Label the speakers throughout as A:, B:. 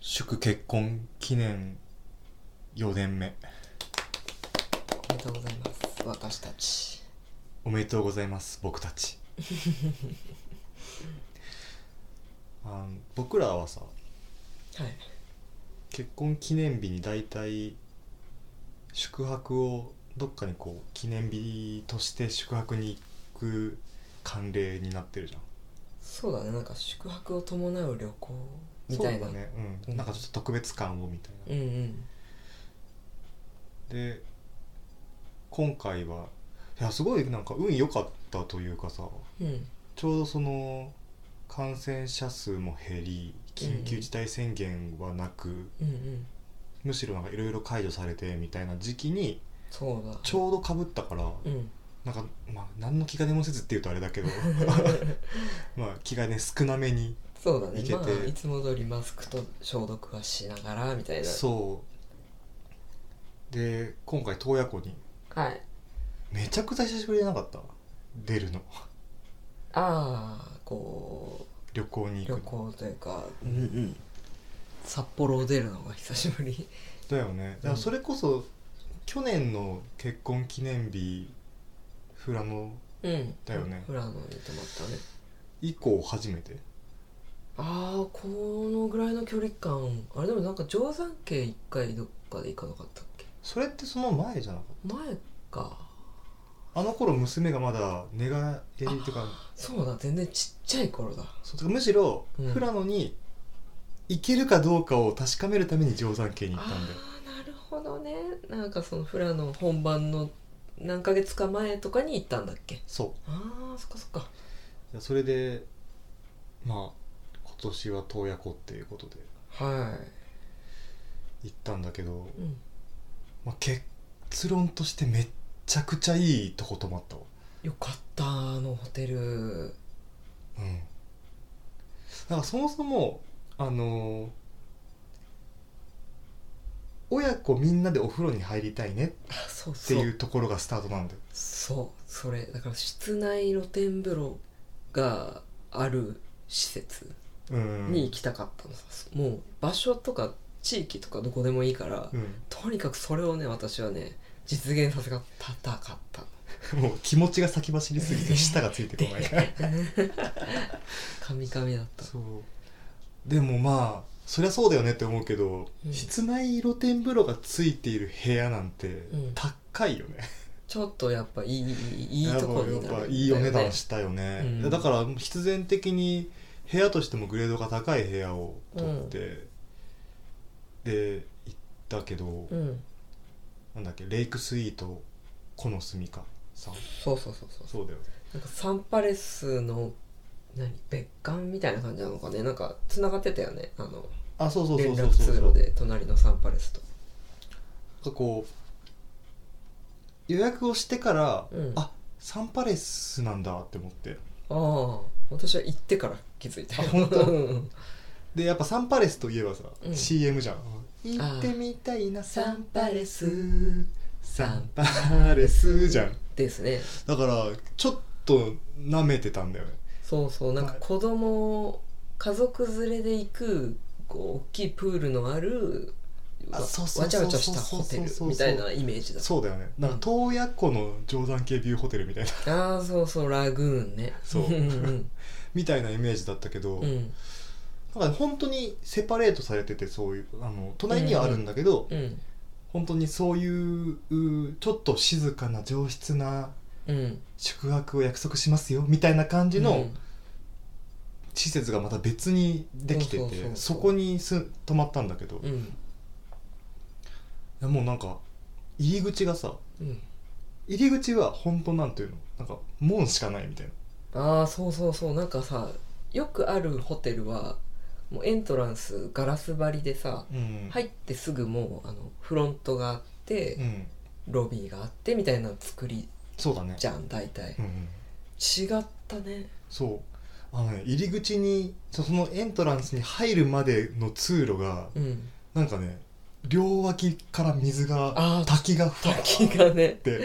A: 祝結婚記念4年目
B: おめでとうございます私たち
A: おめでとうございます僕た ちあの僕らはさ
B: はい
A: 結婚記念日に大体宿泊をどっかにこう記念日として宿泊に行く慣例になってるじゃん
B: そうだねなんか宿泊を伴う旅行みたいな
A: そうだね、う、
B: うんん
A: なんかちょっと特別感をみたいな、
B: うんうん
A: で今回はいやすごいなんか運良かったというかさ
B: うん
A: ちょうどその感染者数も減り緊急事態宣言はなく、
B: うんうん
A: むしろなんかいろいろ解除されてみたいな時期に
B: そうだ
A: ちょうどかぶったから、
B: うん
A: なんか、まあ、何の気兼ねもせずっていうとあれだけ どまあ気兼ね少なめに
B: そうだね
A: いけて
B: まあいつも通りマスクと消毒はしながらみたいな
A: そうで今回洞爺湖に
B: はい
A: めちゃくちゃ久しぶりじゃなかった出るの
B: ああこ
A: 旅行
B: う
A: に行
B: 旅
A: くの
B: 行というかうんうん札幌を出るのが久しぶり
A: だよねだから
B: うん
A: それこそ、去年の結婚記念日フラノ
B: うん
A: だよね
B: 富良野に泊まったね
A: 以降初めて
B: ああこのぐらいの距離感あれでもなんか定山渓一回どっかで行かなかったっけ
A: それってその前じゃなかっ
B: 前か
A: たあの頃娘がまだ寝返りとか
B: そうだ全然ちっちゃい頃だ
A: そうてかむしろ
B: うん
A: 富良野に行けるかどうかを確かめるために定山渓に行ったんだよ
B: あーなるほどねなんかそのフラの本番の何ヶ月か前とかに行ったんだっけ
A: そう
B: あーそっかそっか
A: いやそれでまあ今年は洞爺湖っていうことで
B: は
A: 行ったんだけど
B: い、、うん、
A: まあ、結論としてめっちゃくちゃいいとこ泊まったわ
B: よかったあのホテル
A: うんなんかそもそもあのー親子みんなでお風呂に入りたいね
B: あそう
A: って
B: そう
A: いうところがスタートなんだよ
B: そうそれだから室内露天風呂がある施設
A: うん
B: に行きたかったのさ、もう場所とか地域とかどこでもいいから、
A: う
B: とにかくそれをね私はね実現させがたかった
A: ん、もう気持ちが先走りすぎて舌がついてこない
B: カミカミだった
A: そうでもまあそりゃそうだよねって思うけど、
B: うん
A: 室内露天風呂がついている部屋なんて
B: ん
A: 高いよね、
B: ちょっとやっぱいいいいとこになる
A: やっ
B: んだよ
A: ぱ
B: ね
A: いいお値段したよね、
B: うん
A: だから必然的に部屋としてもグレードが高い部屋を取って、で行ったけど、
B: うん
A: なんだっけレイクスイートこの住みかさん
B: そうそうそうそう
A: そうだよ
B: なんかサンパレスの何別館みたいな感じなのかねなんかつながってたよねあの
A: あそうそうそ
B: 連
A: うそ
B: 絡
A: う
B: 通
A: そう
B: 路で隣のサンパレスと
A: なんかこう予約をしてから、
B: うん
A: あサンパレスなんだって思って
B: ああ私は行ってから気づいた
A: あ本当
B: うん
A: でやっぱサンパレスといえばさ、
B: うん
A: CM じゃん行
B: ー
A: ってみたいなサンパレスサ
B: サ
A: ン
B: ン
A: パレスじゃん
B: ですね
A: だからちょっとなめてたんだよね
B: そうそうなんか子供家族連れで行くこう大きいプールのある
A: あ
B: わ
A: そうそう
B: わちゃわちゃした
A: そう
B: ホ
A: そうそう
B: テル
A: そう
B: みたいなイメージだ
A: そうだよねなんか洞爺湖の定山系ビューホテルみたいな
B: ああそうそうラグーンね
A: そうん
B: うん
A: みたいなイメージだったけど、
B: う
A: なん
B: ん
A: か本当にセパレートされててそういうあの隣にはあるんだけど、
B: うん
A: 本当にそういううちょっと静かな上質な
B: うん
A: 宿泊を約束しますよみたいな感じ
B: う
A: の
B: ん
A: 施設がまた別にできて
B: そうそうそうそ
A: て
B: う
A: そこにす泊まったんだけど、い
B: うん
A: やもうなんか入り口がさ
B: うん
A: 入り口は本当なんていうのなんか門しかないみたいな
B: ああそうそうそうなんかさよくあるホテルはもうエントランスガラス張りでさ
A: うん
B: 入ってすぐもうあのフロントがあって、
A: うん、
B: ロビーがあってみたいな作り
A: そうだね
B: じゃん大体
A: うんうん、
B: 違ったね
A: そうあのね入り口にそそのエントランスに入るまでの通路が
B: うん
A: なんかね両脇から水が
B: あー
A: 滝がふわっ
B: 滝がね
A: て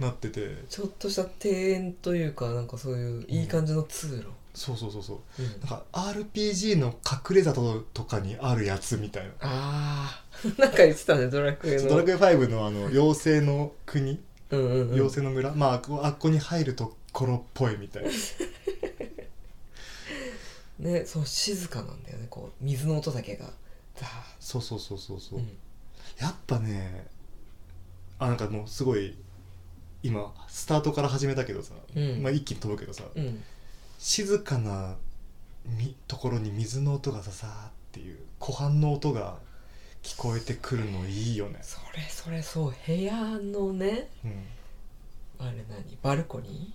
A: なってて
B: ちょっとした庭園というかなんかそういういい感じの通路、
A: そうそうそうそう
B: うん
A: なんか RPG の隠れ里とかにあるやつみたいな
B: ああ なんか言ってたねドラクエの
A: ドラクエ5のあの妖精の国、
B: うんうんうん、
A: 妖精の村まああこあっこに入るところっぽいみたいな
B: ねそう静かなんだよねこう水の音だけがザー
A: そうそうそうそうそう、
B: うん
A: やっぱねあなんかもうすごい今スタートから始めたけどさ、
B: うん
A: まあ、一気に飛ぶけどさ、
B: うん
A: 静かなみところに水の音がささーっていう湖畔の音が聞こえてくるのいいよね、
B: それそれそう部屋のね
A: うん、
B: あれ何バルコニ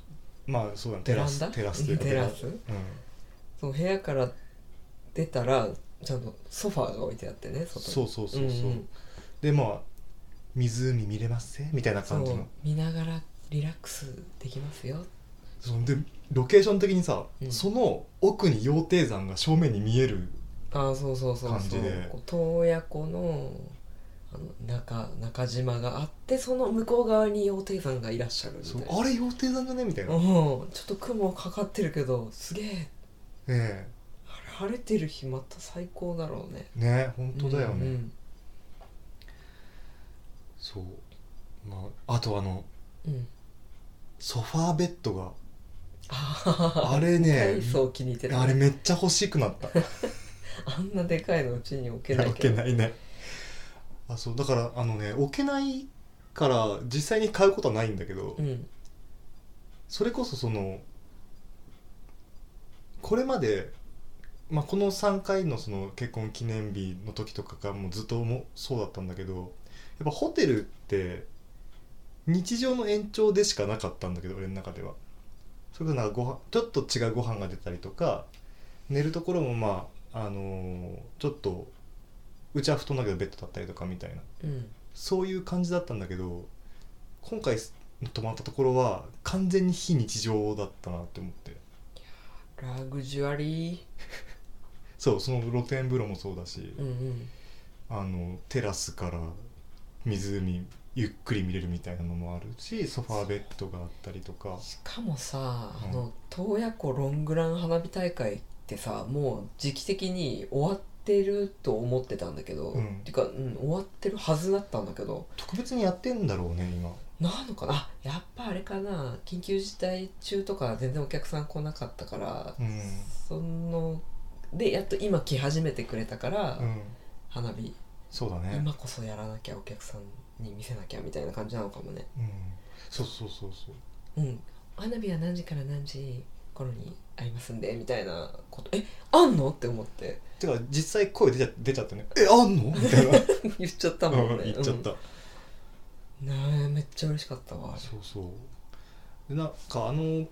A: まあそうだね
B: ベ
A: テ
B: ラ
A: ラ
B: ンダ
A: ステラスというか
B: テラ
A: ベ
B: ス
A: ラうん
B: ーその部屋から出たらちゃんとソファーが置いてあってね外
A: そううそうそうそう、
B: んん
A: でまあ湖見れますねみたいな
B: そ
A: 感じ
B: う
A: の
B: 見ながらリラックスできますよ
A: そんでロケーション的にさ、
B: うん
A: その奥に羊蹄山が正面に見える
B: ああそうそうそう
A: 感
B: そ
A: じ
B: う
A: で
B: こう洞爺湖のあの中中島があってその向こう側に羊蹄山がいらっしゃるみた
A: そ
B: いうな
A: あれ羊蹄山じゃねみたいな、
B: うんちょっと雲かかってるけどすげえ
A: ね
B: 晴れてる日また最高だろうね
A: えねえ本当だよね、
B: うん
A: そう、まあ、あとあの
B: うん、うん
A: ソファーベッドが
B: あ
A: あれね
B: 体操気に入ってた
A: あれめっちゃ欲しくな った
B: あんなでかいのうちに置けない
A: 置
B: け
A: け
B: ど
A: ないねあそうだからあのね置けないから実際に買うことはないんだけど、
B: うん
A: それこそそのこれまで、まあ、この3回のその結婚記念日の時とかがもうずっともそうだったんだけどやっぱホテルって日常の延長でしかなかったんだけど俺の中では。それこそなんかご飯ちょっと違うご飯が出たりとか寝るところもまあ、あのーちょっとうちは布団だけどベッドだったりとかみたいな
B: うん
A: そういう感じだったんだけど今回す泊まったところは完全に非日常だったなって思って
B: ラグジュアリ
A: そうその露天風呂もそうだし
B: ー、うんうん
A: あのテラスから湖ゆっくり見れるみたいなのもあるしソファーベッドがあったりとか
B: しかもさ
A: うん
B: あの洞爺湖ロングラン花火大会ってさもう時期的に終わってると思ってたんだけど、
A: うん
B: てか、うん、終わってるはずだったんだけど
A: 特別にやってんだろうね今
B: なのかなあやっぱあれかな緊急事態中とか全然お客さん来なかったから、
A: うん
B: そのでやっと今来始めてくれたから、
A: うん
B: 花火
A: そうだね
B: 今こそやらなきゃお客さんに見せなきゃみたいな感じなのかもね
A: うんそうそうそうそう
B: うん花火は何時から何時頃にありますんでみたいなことえあんのって思って
A: てか実際声出ちゃ出ちゃったねえあんのみた いな
B: 言っちゃったもんね、
A: うん 言っちゃった、
B: うんねえめっちゃ嬉しかったわあれ
A: そうそうでなんかあの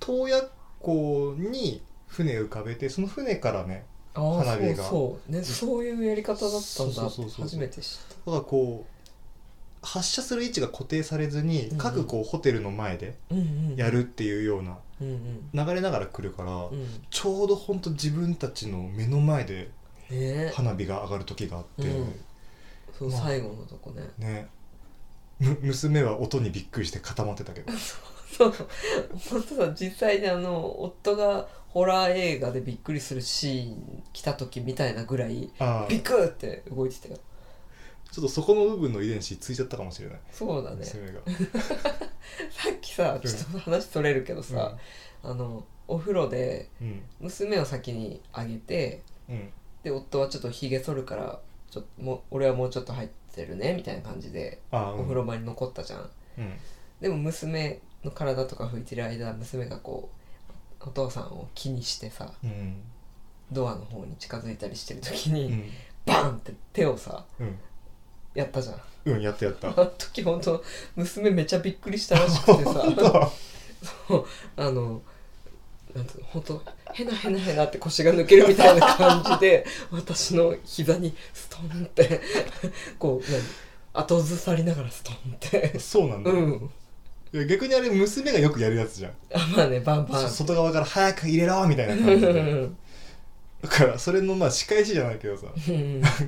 A: 洞爺湖に船浮かべてその船からね
B: あー
A: 花火が
B: そうそうねそういうやり方だったんだ
A: そうそうそうそう
B: 初めて知った
A: だからこう発射する位置が固定されずに
B: うんうん
A: 各こうホテルの前で
B: うんうん
A: やるっていうような
B: うんうん
A: 流れながら来るから、
B: うんね
A: ちょうどほんと自分たちの目の前で
B: え
A: 花火が上がる時があって、
B: うんそう
A: まあ
B: 最後のとこね
A: ねむ娘は音にびっくりして固まってたけど
B: そう本当さ実際にあの夫がホラー映画でびっくりするシーン来た時みたいなぐらい
A: ああ
B: ビクって動いてたよ
A: ちょっとそこの部分の遺伝子ついちゃったかもしれない、
B: そうだねさ
A: 娘が、
B: っきさちょっと話それるけどさ、あのお風呂で
A: うん
B: 娘を先にあげて
A: うん
B: で夫はちょっとひげ剃るからちょっともう俺はもうちょっと入ってるねみたいな感じで
A: ああ、うん、
B: お風呂場に残ったじゃん、
A: うん
B: でも娘の体とか拭いてる間娘がこうお父さんを気にしてさ
A: うん
B: ドアの方に近づいたりしてる時に、
A: うん
B: バンって手をさ
A: うん
B: やったじゃん
A: うんやったやっ
B: あ
A: た
B: の時本当娘めっちゃびっくりしたらしくてさそうあのなんつうの本当へなへなへなって腰が抜けるみたいな感じで私の膝にストンってこう何後ずさりながらストンって
A: そうなんだ、
B: うん
A: いや逆にあれ娘がよくやるやつじゃん、
B: あまあねバンバン
A: そ外側から早く入れろみたいな
B: う
A: 感
B: ん
A: じ
B: う
A: で
B: ん
A: だからそれのまあ仕返しじゃないけどさ
B: うん
A: なんか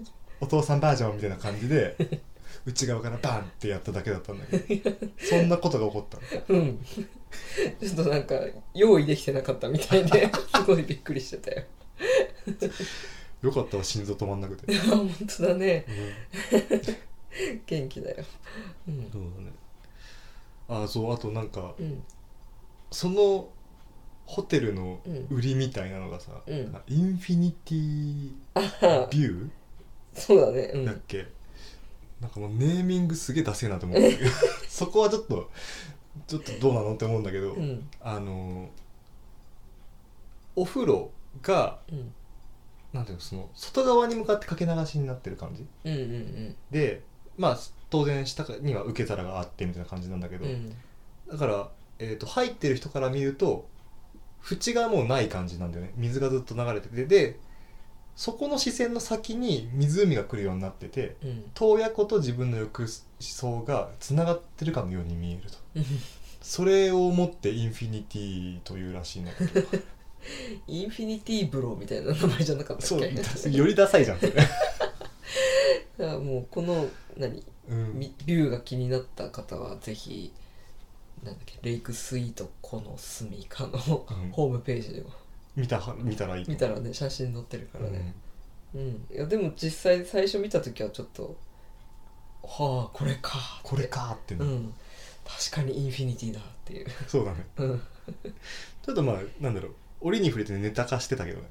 A: お父さんバージョンみたいな感じで内側からバンってやっただけだったんだけどそんなことが起こったの
B: うんちょっとなんか用意できてなかったみたいですごいびっくりしてたよ
A: よかったわ心臓止まんなくて、
B: あ本当だね
A: うん
B: 元気だようん
A: そうだねあそうあとなんか
B: うん
A: そのホテルの
B: うん
A: 売りみたいなのがさ、
B: うん
A: インフィニティ
B: あは
A: ビュ
B: そうだねう
A: ーだっ
B: ん
A: け、なんかもうネーミングすげえダセえなと思って そこはちょっとちょっとどうなのって思うんだけど、
B: うん
A: あのお風呂が
B: うん
A: なんていうのその外側に向かってかけ流しになってる感じ
B: うんうん
A: でまあ当然下には受け皿があってみたいな感じなんだけ
B: うん
A: ど、
B: うん
A: だから、えー、と入ってる人から見ると縁がもうない感じなんだよね水がずっと流れててでそこの視線の先に湖が来るようになってて
B: うん
A: 洞爺湖と自分の浴槽がつながってるかのように見えると
B: うん
A: それをもってインフィニティというらしいん だけど
B: インフィニティブローみたいな名前じゃなかった
A: そ
B: っ
A: う
B: け
A: だよりダサいじゃ んそれ、
B: あもうこの何
A: うん、
B: みビューが気になった方はぜひなんだっけレイクスイートこの住みかの
A: うん
B: ホームページを
A: 見たは見たらいいと
B: 見
A: 思
B: たらね写真載ってるか
A: う
B: らね、うんいやでも実際最初見た時はちょっとはあこれか
A: うんこれかーって
B: う
A: ね、
B: ん確かにインフィニティだっていう
A: そうだね
B: うん
A: ちょっとまあなんだろう折に触れてネタ化してたけどね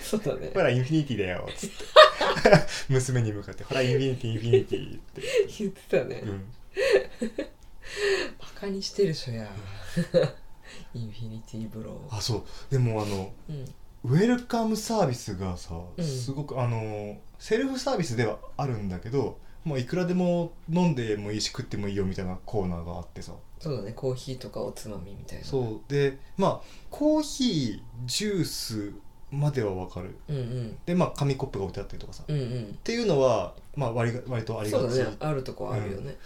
B: そうだね
A: ほらインフィニティだよつって 娘に向かってほらインフィニティインフィニティって、
B: 言ってたね、
A: うん、
B: バカにしてるしょや インフィニティブロ
A: あそうでもあの
B: ーうん
A: ウェルカムサービスがさ
B: うん
A: すごく、あのセルフサービスではあるんだけどもういくらでも飲んでもいいし食ってもいいよみたいなコーナーがあってさ
B: そうだねコーヒーとかおつまみみたいなう
A: そうでまあコーヒージュースまではわかる
B: うんうん
A: でまあ紙コップが置いてあったりとかさ、
B: う
A: っ
B: んうん
A: ていうのは、まあ、割が割とありが
B: そう
A: ち
B: だねあるとこはあるよね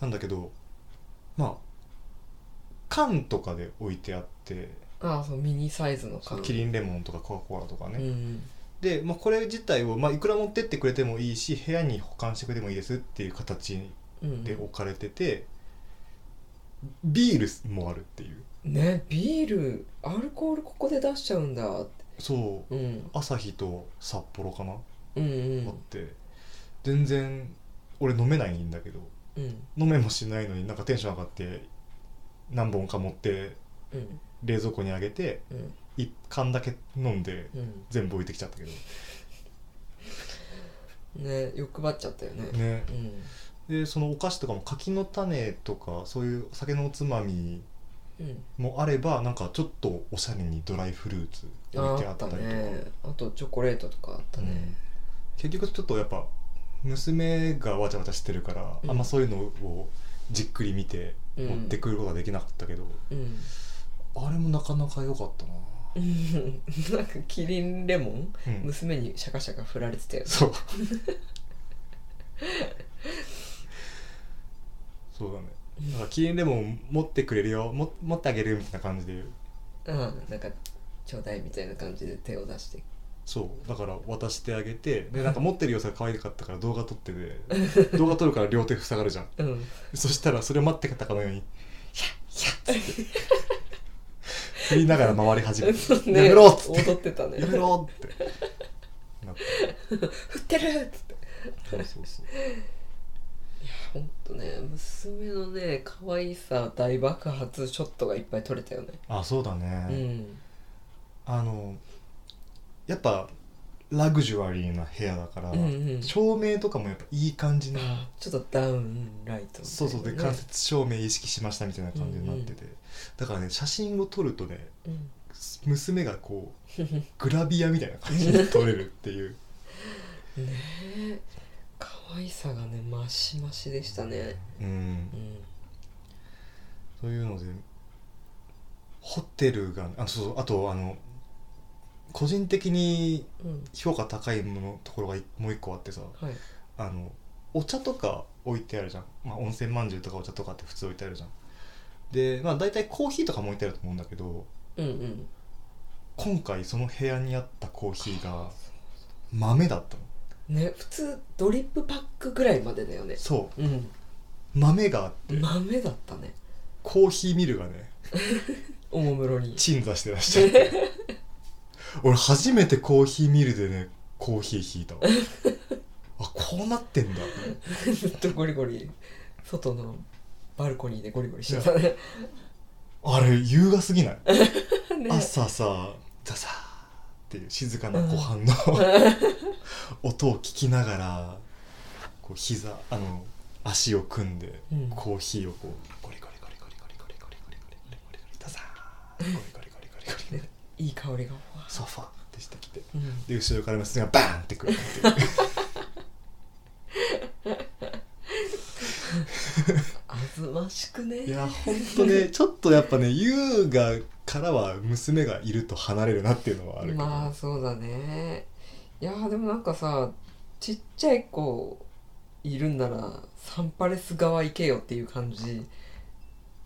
A: なんだけどまあ缶とかで置いてあって
B: ああそうミニサイズの
A: そ
B: 缶
A: うキリンレモンとかコカ・コーラとか
B: うん
A: ね、
B: うん
A: で、まあ、これ自体を、まあ、いくら持ってってくれてもいいし部屋に保管してくれてもいいですっていう形
B: うん
A: で置かれてて、ビールもあるっていう
B: ねビールアルコールここで出しちゃうんだって
A: そう
B: うん
A: 朝日と札幌かな、
B: うん
A: あって全然俺飲めないんだけど
B: うんうん
A: 飲めもしないのになんかテンション上がって何本か持って
B: うん
A: 冷蔵庫にあげて
B: うん
A: 一缶だけ飲んで
B: うん
A: 全部置いてきちゃったけど
B: ね欲張っちゃったよね
A: ね
B: うん
A: でそのお菓子とかも柿の種とかそういう酒のおつまみ
B: うん
A: もあればなんかちょっとおしゃれにドライフルーツ
B: あ
A: 置いてあ
B: あ
A: っ
B: ったた
A: りとか、
B: ねあとチョコレートとかあったね
A: 結局ちょっとやっぱ娘がわちゃわちゃしてるから、
B: うん
A: あんまそういうのをじっくり見て
B: うん
A: 持ってくることができなかったけど、
B: うん
A: あれもなかなか良かったな、
B: うん なんかキリンレモン
A: うん、
B: 娘にシャカシャカ振られてたよね
A: そう そうだねなんかキリンレモン持ってくれるよも持ってあげるみたいな感じで
B: うんなんかちょうだいみたいな感じで手を出して
A: そうだから渡してあげてでなんか持ってる様子が可愛かったから動画撮って て動画撮るから両手塞がるじゃん
B: うん
A: そしたらそれを待ってたかのように「振りながら回り始め
B: そう
A: て「
B: ね
A: やめろ!」っつっ
B: 踊ってたね
A: て「やめろ!」ってなって
B: 振ってるっつって
A: そうそうそう
B: ほんとね娘のね可愛さ大爆発ショットがいっぱい撮れたよね
A: あそうだ
B: う
A: ね、
B: ん
A: あのやっぱラグジュアリーな部屋だから、
B: うんうんち
A: 照
B: ょ
A: 明とかもやっぱいい感じな
B: っとダウンライトみたいなね
A: そうそうで間接照明意識しましたみたいな感じになってて、だからね写真を撮るとね
B: うん
A: 娘がこう
B: ね
A: グラビアみたいな感じで撮れるっていう
B: え可愛さがねマシマシでしたね
A: うん
B: うん
A: そういうのでホテルがあそうそうあとあの個人的に
B: うん
A: 評価高いものところがいもう一個あってさ
B: はい
A: あのお茶とか置いてあるじゃん、まあ、温泉まんじゅうとかお茶とかって普通置いてあるじゃんでまあ大体コーヒーとかも置いてあると思うんだけど
B: うんうん
A: 今回その部屋にあったコーヒーが豆だったの
B: ね普通ドリップパックぐらいまでだよね
A: そ
B: うん
A: う豆が
B: 豆だったね
A: あコーヒーミルがね
B: おもむろに
A: 鎮座してらっしゃって俺初めてコーヒーミルでねコーヒー引いたわあこうなってんだ
B: ずっとゴリゴリ外のバルコニーでゴリゴリしてたね
A: あれ優雅すぎない
B: ね
A: 朝さザザーっていう静かなご飯の音を聞きながらこう膝あの足を組んで、
B: うん
A: コーヒーをこうゴリゴリゴリゴリゴリゴリゴリゴリゴリゴリゴリゴリザザーゴリゴリゴリゴリゴリ
B: いい香りが
A: ソファーってしてきて
B: うん
A: で後ろから娘がバーンってくるっていう
B: あずましくね
A: いやほんとねちょっとやっぱね優雅からは娘がいると離れるなっていうのはあるけど、
B: まあそうだねいやーでもなんかさちっちゃい子いるんならサンパレス側行けよっていう感じ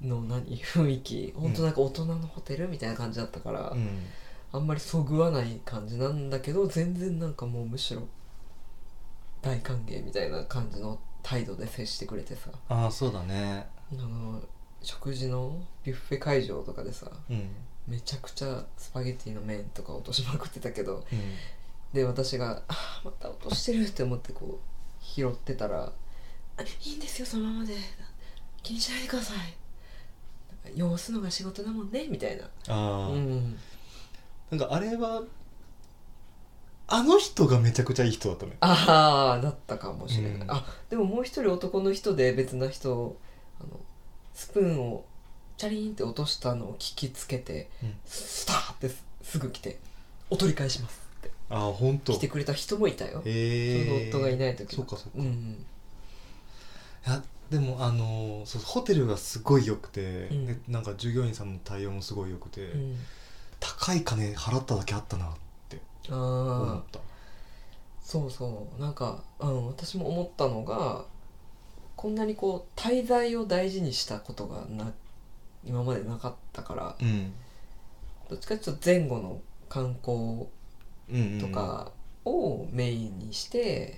B: の何雰囲気ほんとなんか大人のホテルみたいな感じだったから、
A: うん
B: あんまりそぐわない感じなんだけど全然なんかもうむしろ大歓迎みたいな感じの態度で接してくれてさ
A: ああそうだね
B: あの食事のビュッフェ会場とかでさ
A: うん
B: めちゃくちゃスパゲティの麺とか落としまくってたけど
A: うん
B: で私が「あーまた落としてる」って思ってこう拾ってたら「あいいんですよそのままで気にしないでください」なんか「汚すのが仕事だもんね」みたいな
A: ああ、
B: うん
A: なんかあれはあの人がめちゃくちゃいい人だったね
B: ああだったかもしれない、
A: うん
B: あでももう一人男の人で別な人をあのスプーンをチャリーンって落としたのを聞きつけて、
A: うん
B: スターってすすぐ来て「お取り返します」って
A: あ本当
B: 来てくれた人もいたよ、
A: へえ
B: ちょうど夫がいない時
A: そうかそうか、
B: ん
A: い
B: ん
A: やでもあのーそうホテルがすごい良くて、
B: うん
A: でなんか従業員さんの対応もすごい良くて、
B: うん
A: 高い金払っただけあったなって思
B: ああ
A: った
B: そうそうなんか、うん、私も思ったのがこんなにこう滞在を大事にしたことがな今までなかったから
A: うん、
B: どっちかっていうと前後の観光
A: うんうん
B: とかをメインにして、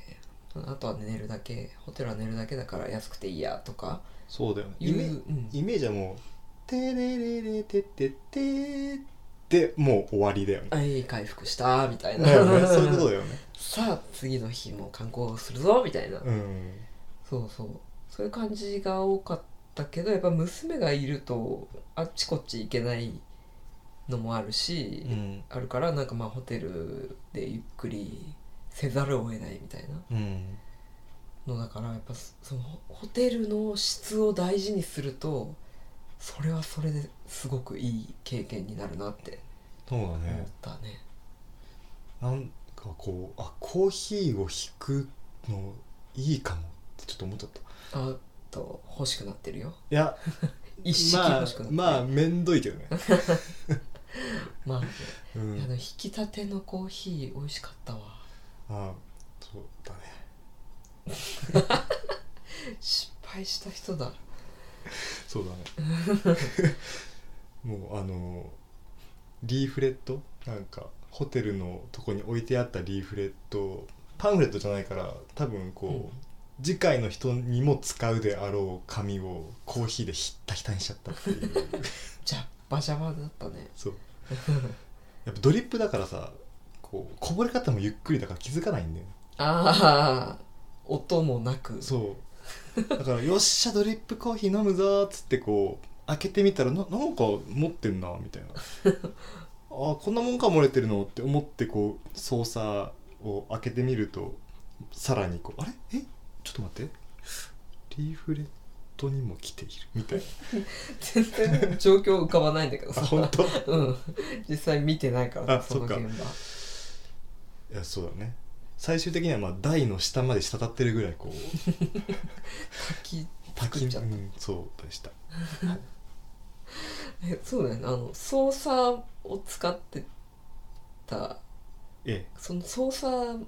B: あとは寝るだけホテルは寝るだけだから安くていいやとか
A: そうだよね
B: い
A: イ
B: う、
A: メ
B: うん、
A: イメージはもう「てれれれてってって」でもう終わりだよ ね
B: あいい回復したみたいな、
A: だよねそういうことだよね
B: さあ次の日も観光するぞみたいな、
A: うん
B: そうそうそういう感じが多かったけどやっぱ娘がいるとあっちこっち行けないのもあるし、
A: うん
B: あるからなんかまあホテルでゆっくりせざるを得ないみたいな
A: うん
B: のだからやっぱそそのホテルの質を大事にするとそれはそれですごくいい経験になるなって
A: そうだ
B: 思っ
A: ね、
B: たね。
A: なんかこうあコーヒーを引くのいいかもってちょっと思っちゃったい
B: あと欲しくなってるよ。
A: や
B: 一式
A: まあ
B: 欲しくなってる。
A: まあめんどいけどね、
B: まあね、
A: う
B: あの
A: ん、
B: 引きたてのコーヒー美味しかったわ。
A: あそうだね
B: 失敗した人だ。
A: そうだね もうあのリーフレットなんかホテルのとこに置いてあったリーフレットパンフレットじゃないから多分こう、
B: うん
A: 次回の人にも使うであろう紙をコーヒーでひったひたにしちゃったっていう
B: じゃバジャバだったね。
A: そうやっぱドリップだからさこうこぼれ方もゆっくりだから気づかないんだよね
B: ああ、音もなく。
A: そうだからよっしゃドリップコーヒー飲むぞーっつってこう開けてみたらななんか持ってんなみ たいなあーこんなもんか漏れてるのって思ってこう操作を開けてみるとさらにこうあれえちょっと待ってリーフレットにも来ているみたいな
B: 全然状況浮かばないんだけど
A: あ
B: さ。
A: 本 当い
B: うん。実際見てないから
A: あ
B: さその
A: そっか
B: 現場。
A: やそうだね最終的にはまあ台の下まで滴ってるぐらいこう
B: 滝
A: 滝
B: 作っちゃった
A: うんそうでした
B: えそうだよね。あの、操作を使ってた、
A: ええ
B: その操作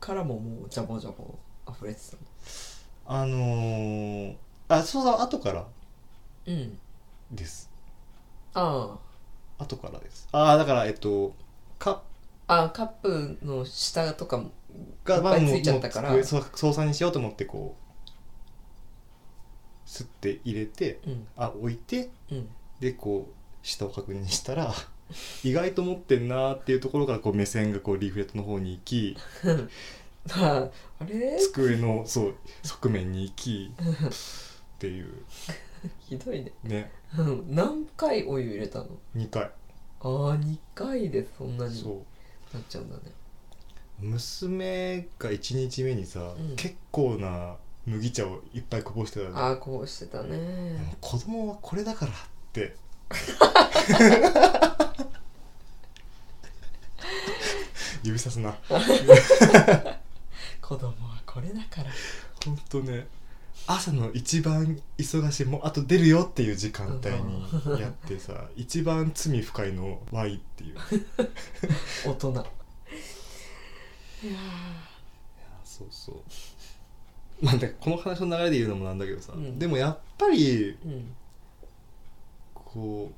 B: からももうジャボジャボ溢れてたの。
A: あのー、あそうだ後から
B: うん。
A: です
B: あ
A: 後からですああだからえっとカップ
B: あ。ああ、カップの下とかも。
A: が
B: いっぱいついちゃったから
A: もうもう机そう操作にしようと思ってこうスッて入れて
B: うん
A: あ置いて
B: うん
A: でこう下を確認したら 意外と持ってんなーっていうところからこう目線がこうリーフレットの方に行き
B: ああれ
A: 机のそう側面に行 きっていう
B: ひどいね
A: ね
B: うん何回お湯入れたの
A: 2回
B: ああ2回でそんなに
A: そう
B: なっちゃうんだね
A: 娘が1日目にさ、
B: うん
A: 結構な麦茶をいっぱいこぼしてたの
B: ああこうしてた
A: でも
B: ね
A: 子供はこれだから って指さすな
B: 子供はこれだから
A: ほんとね朝の一番忙しいもうあと出るよっていう時間帯にやってさ一番罪深いの Y っていう
B: 大人いや
A: そうそうまあだからこの話の流れで言うのもなんだけどさ、
B: うん
A: でもやっぱり
B: ーうん
A: こ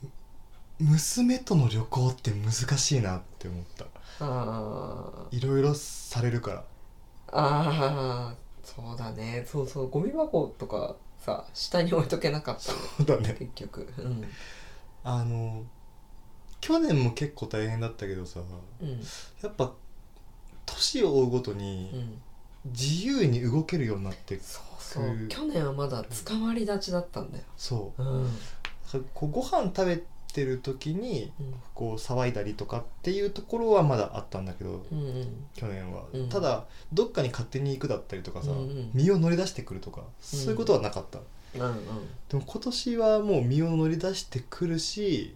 A: うむ娘との旅行って難しいなって思った
B: あー
A: いろいろされるから
B: あーそうだねそうそうゴミ箱とかさ下に置いとけなか った
A: そうだね
B: 結局うん
A: あの去年も結構大変だったけどさ
B: うん
A: やっぱ年を追うごと
B: う
A: に
B: ん
A: 自由に動けるようになって
B: そうそ
A: く
B: う去年はまだ捕まり立ちだったんだよ
A: そ
B: うん
A: うだからこうご飯食べてる時に
B: うん
A: こう騒いだりとかっていうところはまだあったんだけど
B: うんうん
A: 去年は、
B: うん
A: ただどっかに勝手に行くだったりとかさ、
B: うんうん
A: 身を乗り出してくるとかそういうことはなかった、
B: うんうん
A: でも今年はもう身を乗り出してくるし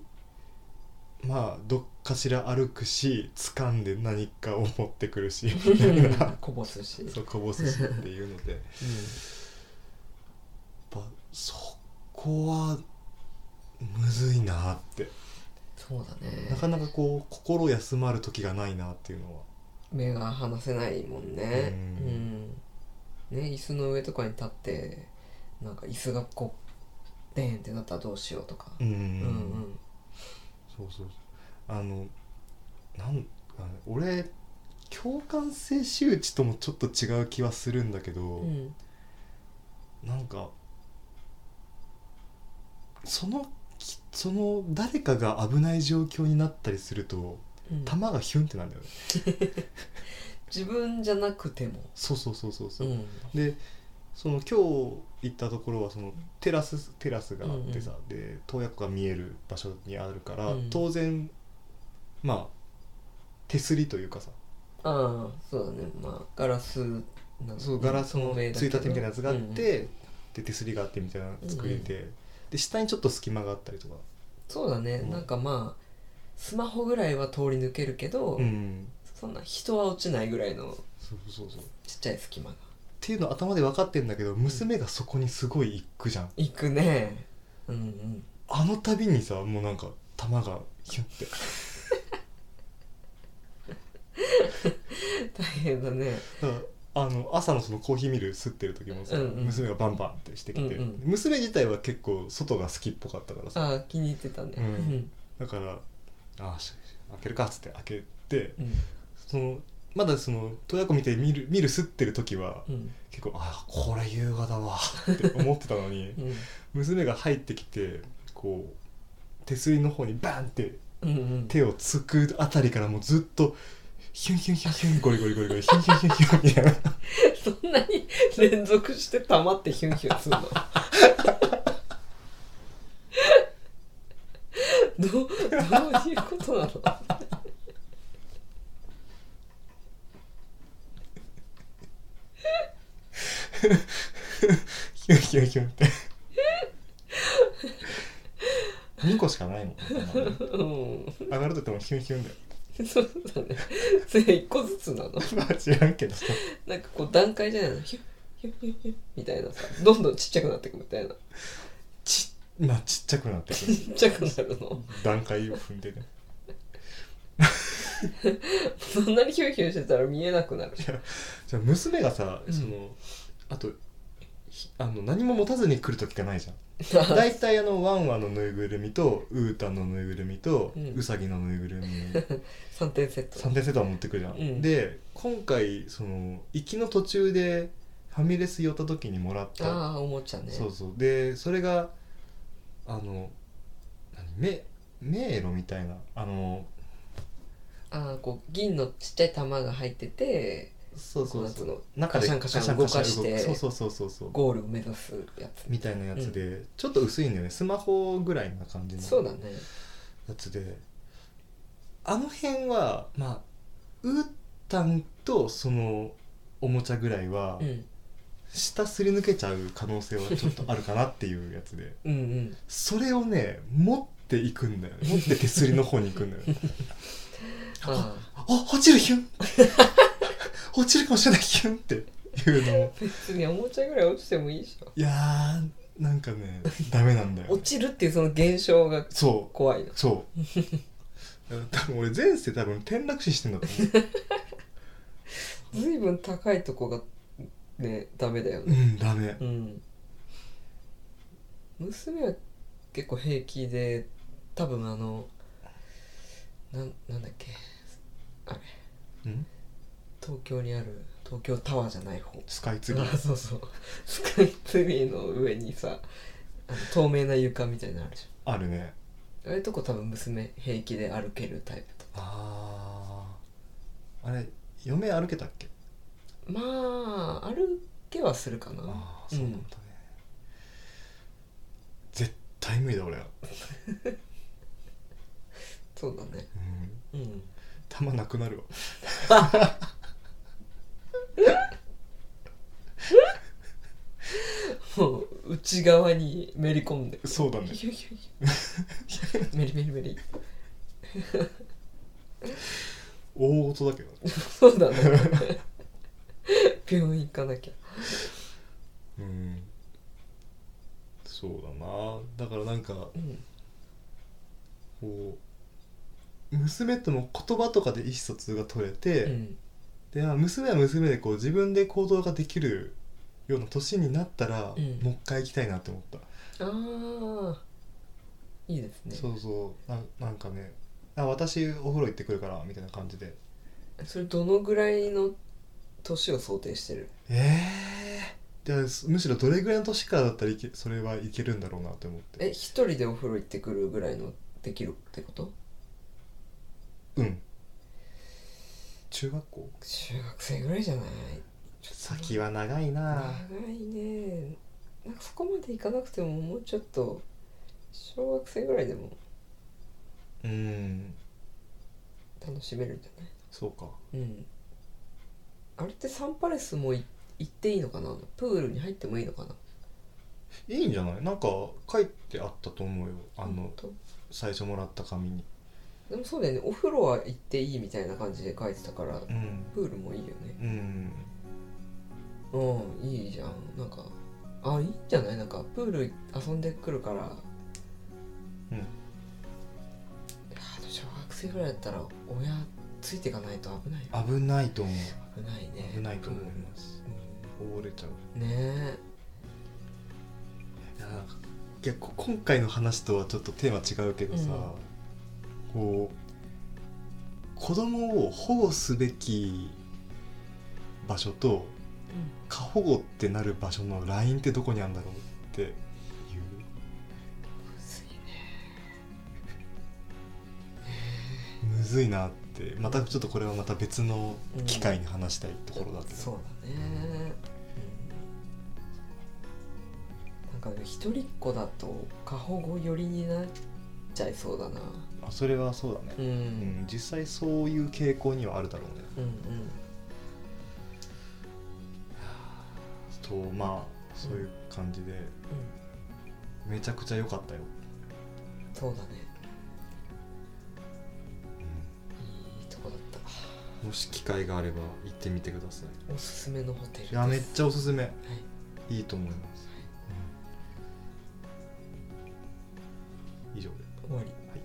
A: まあどっかしら歩くし掴んで何かを持ってくる しみたいな
B: こぼすし
A: そうこぼすしっていうのでやっ
B: う
A: ぱそこはむずいなって
B: ん、そうだね
A: なかなかこう心休まる時がないなっていうのは
B: 目が離せないもんね
A: う
B: うん、ね椅子の上とかに立ってなんか椅子がこうデーンってなったらどうしようとか、
A: うん
B: うんうん
A: そうそうそうあのなんかね俺共感性周知ともちょっと違う気はするんだけど、
B: うん
A: なんかそのきその誰かが危ない状況になったりすると
B: うん
A: 弾がヒュンってなんだよね、
B: 自分じゃなくても、
A: そうそうそうそう
B: う
A: そう、
B: ん
A: でその今日行ったところはそのテラステラスがあってさ、で洞爺湖が見える場所にあるから、
B: うん
A: 当然まあ手すりというかさ
B: ああそうだねまあガラスな
A: そうガラスの
B: 透明だ
A: つ
B: け
A: い
B: ど
A: たてみたいなやつがあって、で手すりがあってみたいな作りで、で下にちょっと隙間があったりとか、
B: そうだね、
A: うん
B: なんかまあスマホぐらいは通り抜けるけど、
A: うん、
B: そんな人は落ちないぐらいの
A: そうそうそう
B: ちっちゃい隙間
A: っ
B: が
A: ていうの頭で分かってんだけど娘がそこにすごい行くじゃん
B: 行くねうんうん
A: あの度にさもうなんか玉がヒュンって
B: 大変だね
A: だからあの朝のそのコーヒーミル吸ってる時もさ、
B: うんうん
A: 娘がバンバンってしてきて、
B: うんうん
A: 娘自体は結構外が好きっぽかったからさ
B: ああ気に入ってたね
A: うんだから「あし開けるか」っつって開けて
B: うん
A: そのまだその洞爺湖見てミルミル吸ってる時は
B: うん
A: 結構「あこれ夕方わ」って思ってたのに
B: うん
A: 娘が入ってきてこう手すりの方にバンって
B: うんうん
A: 手をつくあたりからもうずっとヒュンヒュンヒュンヒュンゴリゴリゴリゴリヒュンヒュンヒュンヒュンみたいな
B: そんなに連続して溜まってヒュンヒュンするの どうどういうことなの
A: ヒュンヒュンヒュンって2個しかないもん
B: うん
A: 上がるとってもヒュンヒュンだよ
B: そうだねそれ一個ずつなの
A: まあ知らんけどさ
B: なんかこう段階じゃないのヒュンヒュンヒュンヒュンみたいなさどんどんちっちゃくなってくみたいな
A: ちまあちっちゃくなってく
B: ち
A: る
B: っちゃくなるの
A: 段階を踏んでね
B: そんなにヒュンヒュンしてたら見えなくなる
A: じゃあ娘がさ
B: うん
A: その、あとひあの何も持たずに来る時がないじゃん
B: あ
A: 大体あのワンワンのぬいぐるみとウータンのぬいぐるみと、
B: う
A: うんさぎのぬいぐるみ
B: 3点セット
A: 3点セットは持ってくるじゃん、
B: うん
A: で今回その行きの途中でファミレス寄った時にもらった、
B: ああおもちゃね
A: そうそうでそれがあの何め迷路みたいなあの
B: ああこう銀のちっちゃい玉が入ってて
A: そうそうそ
B: こ
A: う
B: なんつうの
A: 中で
B: カシャンカシャン動かして
A: カシャンカシャン動くそうそうそうそう
B: ゴールを目指すやつ
A: みたいなやつで、ちょっと薄いんだよねスマホぐらいな感じの
B: そうだね
A: やつであの辺はまあウータンとそのおもちゃぐらいは、
B: うん
A: 下すり抜けちゃう可能性はちょっとあるかなっていうやつで
B: うんうん
A: それをね持っていくんだよね持って手すりの方に行くんだよね
B: あ
A: あ落ちるヒュン落ちるかもしれないヒュンっていうのを
B: あ別におもちゃぐらい落ちてもいいでしょ
A: いやーなんかねダメなんだよね、
B: 落ちるっていうその現象が
A: そう
B: 怖いの
A: そうだから多分俺前世多分転落死してんだと思
B: 随分高いとこがねダメだよ
A: う
B: ね
A: うんダメ
B: うん娘は結構平気で多分あのなんなんだっけあれ
A: うん
B: 東京にある東京タワーじゃない方
A: スカイツリ
B: あ
A: ー
B: そうそうスカイツリーの上にさあの透明な床みたいなのあるじ
A: あるね
B: ゃんああいうとこ多分娘平気で歩けるタイプだ
A: あーあれ嫁歩けたっけ
B: まあ歩けはするかな
A: ああそうなんだね、絶対無理だ俺は、
B: そうだね
A: うん、
B: うん
A: 玉なくなるわ
B: もう 内側にめり込んで
A: そうだね
B: ヒュヒュヒュメリメリメリ
A: 大音だけど
B: そうだね病院行かなきゃ
A: うんそうだなだからなんか
B: うん
A: こう娘とも言葉とかで意思疎通が取れて、
B: うん
A: であ娘は娘でこう自分で行動ができるような年になったら、
B: うん
A: もう一回行きたいなって思った、
B: ああいいですね
A: そうそうななんかねあ私お風呂行ってくるからみたいな感じで
B: それどのぐらいの年を想定してる
A: ええー、じゃあむしろどれぐらいの年からだったらいけそれはいけるんだろうなって思って
B: え一人でお風呂行ってくるぐらいのできるってこと
A: うん中学校
B: 中学生ぐらいじゃない
A: 先は長いなあ
B: 長いねなんかそこまで行かなくてももうちょっと小学生ぐらいでも
A: うん
B: 楽しめるんじゃ
A: そうか
B: ないうんあれってサンパレスもい行っていいのかなプールに入ってもいいのかない
A: いんじゃないなんか書いてあったと思うよあ
B: ほ
A: の
B: んと
A: 最初もらった紙に
B: でもそうだよねお風呂は行っていいみたいな感じで書いてたから
A: うん
B: プールもいいよね
A: うん
B: うんいいじゃんなんかあいいんじゃないなんかプール遊んでくるから
A: うん
B: あでも小学生ぐらいだったら親ついていかないと危ないよ
A: 危ないと思う
B: 危ないね
A: 危ないと思います、
B: う
A: 溺れちゃうん
B: ね
A: いやなんか結構今回の話とはちょっとテーマ違うけどさ、こう子供を保護すべき場所と
B: え、
A: 過保護ってなる場所のラインってどこにあるんだろうっていう
B: むずいね
A: むずいなってまたちょっとこれはまた別の機会に話したいところだけ
B: そ
A: ど、
B: うだね、うん、なんかね一人っ子だと過保護寄りになっちゃいそうだな
A: あそれはそうだね
B: うん、う、
A: うんん実際そういう傾向にはあるだろうね
B: うん
A: とまあそういう感じでめちゃくちゃ良かったよ、
B: そうだねいいとこだった
A: もし機会があれば行ってみてください
B: おすすめのホテルです
A: いやめっちゃおすすめ
B: はい
A: いいと思います、うん以上で
B: 終わり
A: はい